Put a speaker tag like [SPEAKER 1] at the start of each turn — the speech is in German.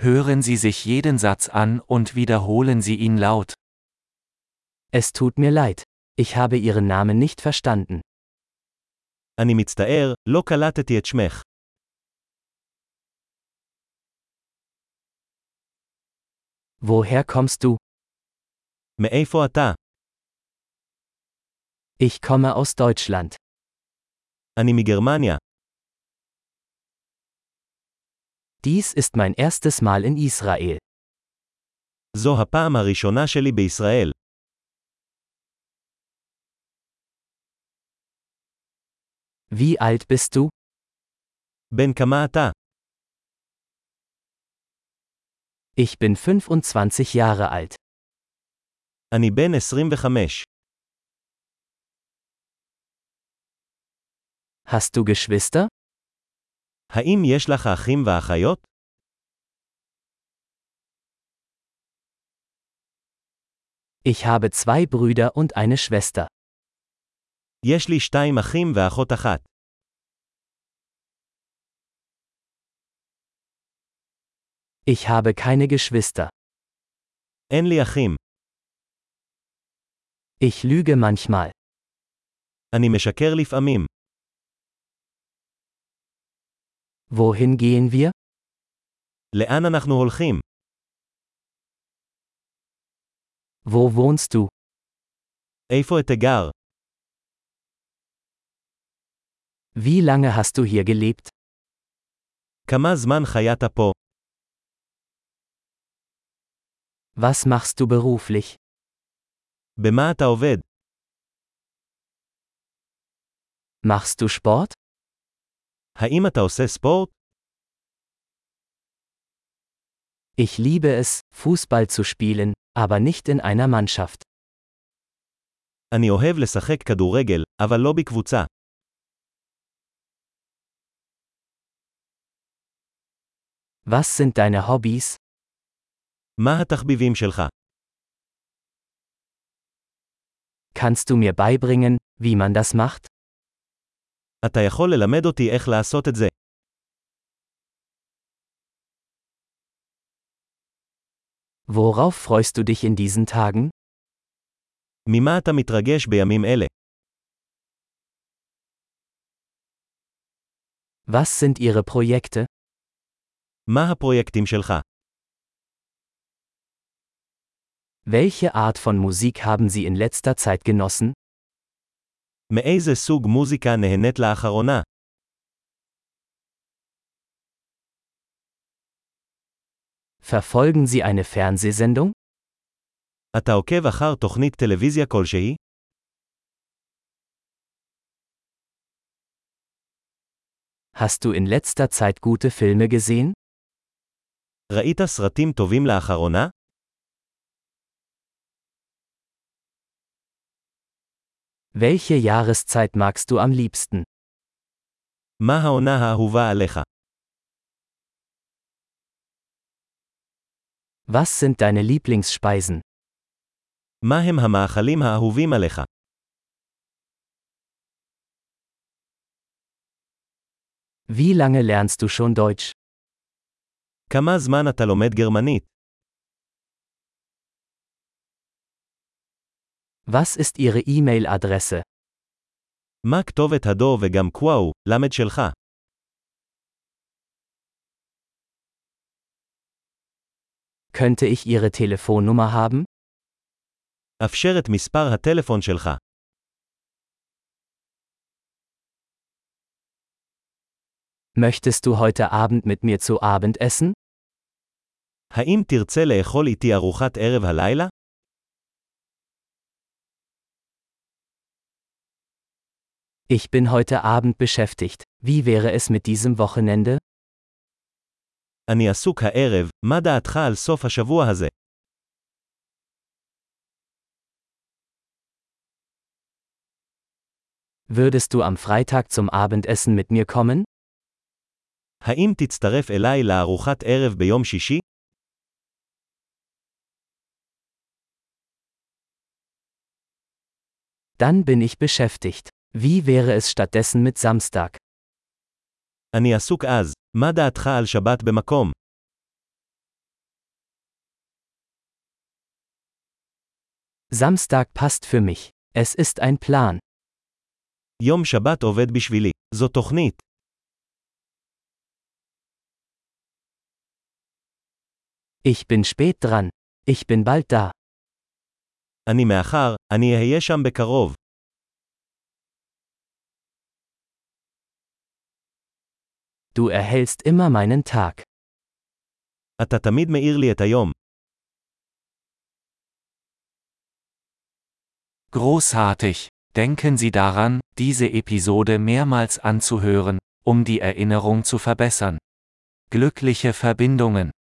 [SPEAKER 1] Hören Sie sich jeden Satz an und wiederholen Sie ihn laut.
[SPEAKER 2] Es tut mir leid. Ich habe Ihren Namen nicht verstanden.
[SPEAKER 3] אני מצטער, לא קלטתי את שמך.
[SPEAKER 2] Woher kommst du?
[SPEAKER 3] מאיפה אתה?
[SPEAKER 2] Ich komme aus Deutschland.
[SPEAKER 3] אני מגרמניה.
[SPEAKER 2] Dies ist mein erstes Mal in Israel.
[SPEAKER 3] זו הפעם הראשונה שלי בישראל.
[SPEAKER 2] Wie alt bist du?
[SPEAKER 3] בן כמה אתה?
[SPEAKER 2] Ich bin 25 Jahre alt.
[SPEAKER 3] אני בן 25.
[SPEAKER 2] Hast du Geschwister?
[SPEAKER 3] האם יש לך אחים ואחיות?
[SPEAKER 2] Ich habe zwei Brüder und eine Schwester.
[SPEAKER 3] יש לי שתיים אחים ואחות אחת.
[SPEAKER 2] Ich habe keine Geschwister.
[SPEAKER 3] אין לי אחים.
[SPEAKER 2] Ich lüge manchmal.
[SPEAKER 3] אני משקר לפעמים.
[SPEAKER 2] Wohin gehen wir?
[SPEAKER 3] לאן אנחנו הולכים?
[SPEAKER 2] Wo wohnst du?
[SPEAKER 3] איפה אתה גר?
[SPEAKER 2] Wie lange hast du hier gelebt?
[SPEAKER 3] כמה זמן חיית פה?
[SPEAKER 2] Was machst du beruflich?
[SPEAKER 3] במה אתה עובד?
[SPEAKER 2] Machst du Sport?
[SPEAKER 3] האם אתה עושה ספורט?
[SPEAKER 2] Ich liebe es, Fußball zu spielen, aber nicht in einer Mannschaft.
[SPEAKER 3] אני אוהב לשחק כדורגל, אבל לא בקבוצה.
[SPEAKER 2] Was sind deine Hobbys?
[SPEAKER 3] מה התחביבים שלך?
[SPEAKER 2] Kannst du mir beibringen, wie man das macht?
[SPEAKER 3] אתה יכול ללמד אותי איך לעשות את זה.
[SPEAKER 2] Worauf freust du dich in diesen Tagen?
[SPEAKER 3] ממה אתה מתרגש בימים אלה?
[SPEAKER 2] Was sind ihre Projekte?
[SPEAKER 3] מה הפרויקטים שלך?
[SPEAKER 2] Welche Art von Musik haben sie in letzter Zeit genossen?
[SPEAKER 3] מאיזה סוג מוזיקה נהנית לאחרונה?
[SPEAKER 2] Verfolgen sie eine Fernsehsendung?
[SPEAKER 3] אתה עוקב אחר תוכנית טלוויזיה כלשהי?
[SPEAKER 2] Hast du in letzter Zeit gute Filme gesehen?
[SPEAKER 3] ראית סרטים טובים לאחרונה?
[SPEAKER 2] Welche Jahreszeit magst du am liebsten?
[SPEAKER 3] מה העונה האהובה עליך?
[SPEAKER 2] Was sind deine Lieblingsspeisen?
[SPEAKER 3] מה הם המאכלים האהובים עליך?
[SPEAKER 2] Wie lange lernst du schon Deutsch?
[SPEAKER 3] כמה זמן אתה לומד גרמנית?
[SPEAKER 2] Was ist ihre E-Mail-Adresse?
[SPEAKER 3] מה כתובת הדו וגם קוואו, למד שלך?
[SPEAKER 2] Könnte ich ihre Telefonnummer haben?
[SPEAKER 3] אפשר את מספר הטלפון שלך.
[SPEAKER 2] Möchtest du heute Abend mit mir zu Abend essen?
[SPEAKER 3] האם תרצה לאכול איתי ארוחת ערב הלילה?
[SPEAKER 2] Ich bin heute Abend beschäftigt. Wie wäre es mit diesem Wochenende?
[SPEAKER 3] אני עסוק הערב, מה דעתך על סוף השבוע הזה?
[SPEAKER 2] Würdest du am Freitag zum Abendessen mit mir kommen?
[SPEAKER 3] האם תצטרף אליי לארוחת ערב ביום שישי?
[SPEAKER 2] Dann bin ich beschäftigt. Wie wäre es stattdessen mit Samstag?
[SPEAKER 3] אני עסוק אז, מה דעתך על שבת במקום?
[SPEAKER 4] Samstag passt für mich. Es ist ein Plan.
[SPEAKER 3] יום שבת עובד בשבילי. זו תוכנית.
[SPEAKER 4] Ich bin spät dran. Ich bin bald da.
[SPEAKER 3] אני מאחר, אני אהיה שם בקרוב.
[SPEAKER 4] Du erhellst immer meinen Tag.
[SPEAKER 3] אתה תמיד מאיר לי את היום.
[SPEAKER 2] Großartig! Denken Sie daran, diese Episode mehrmals anzuhören, um die Erinnerung zu verbessern. Glückliche Verbindungen!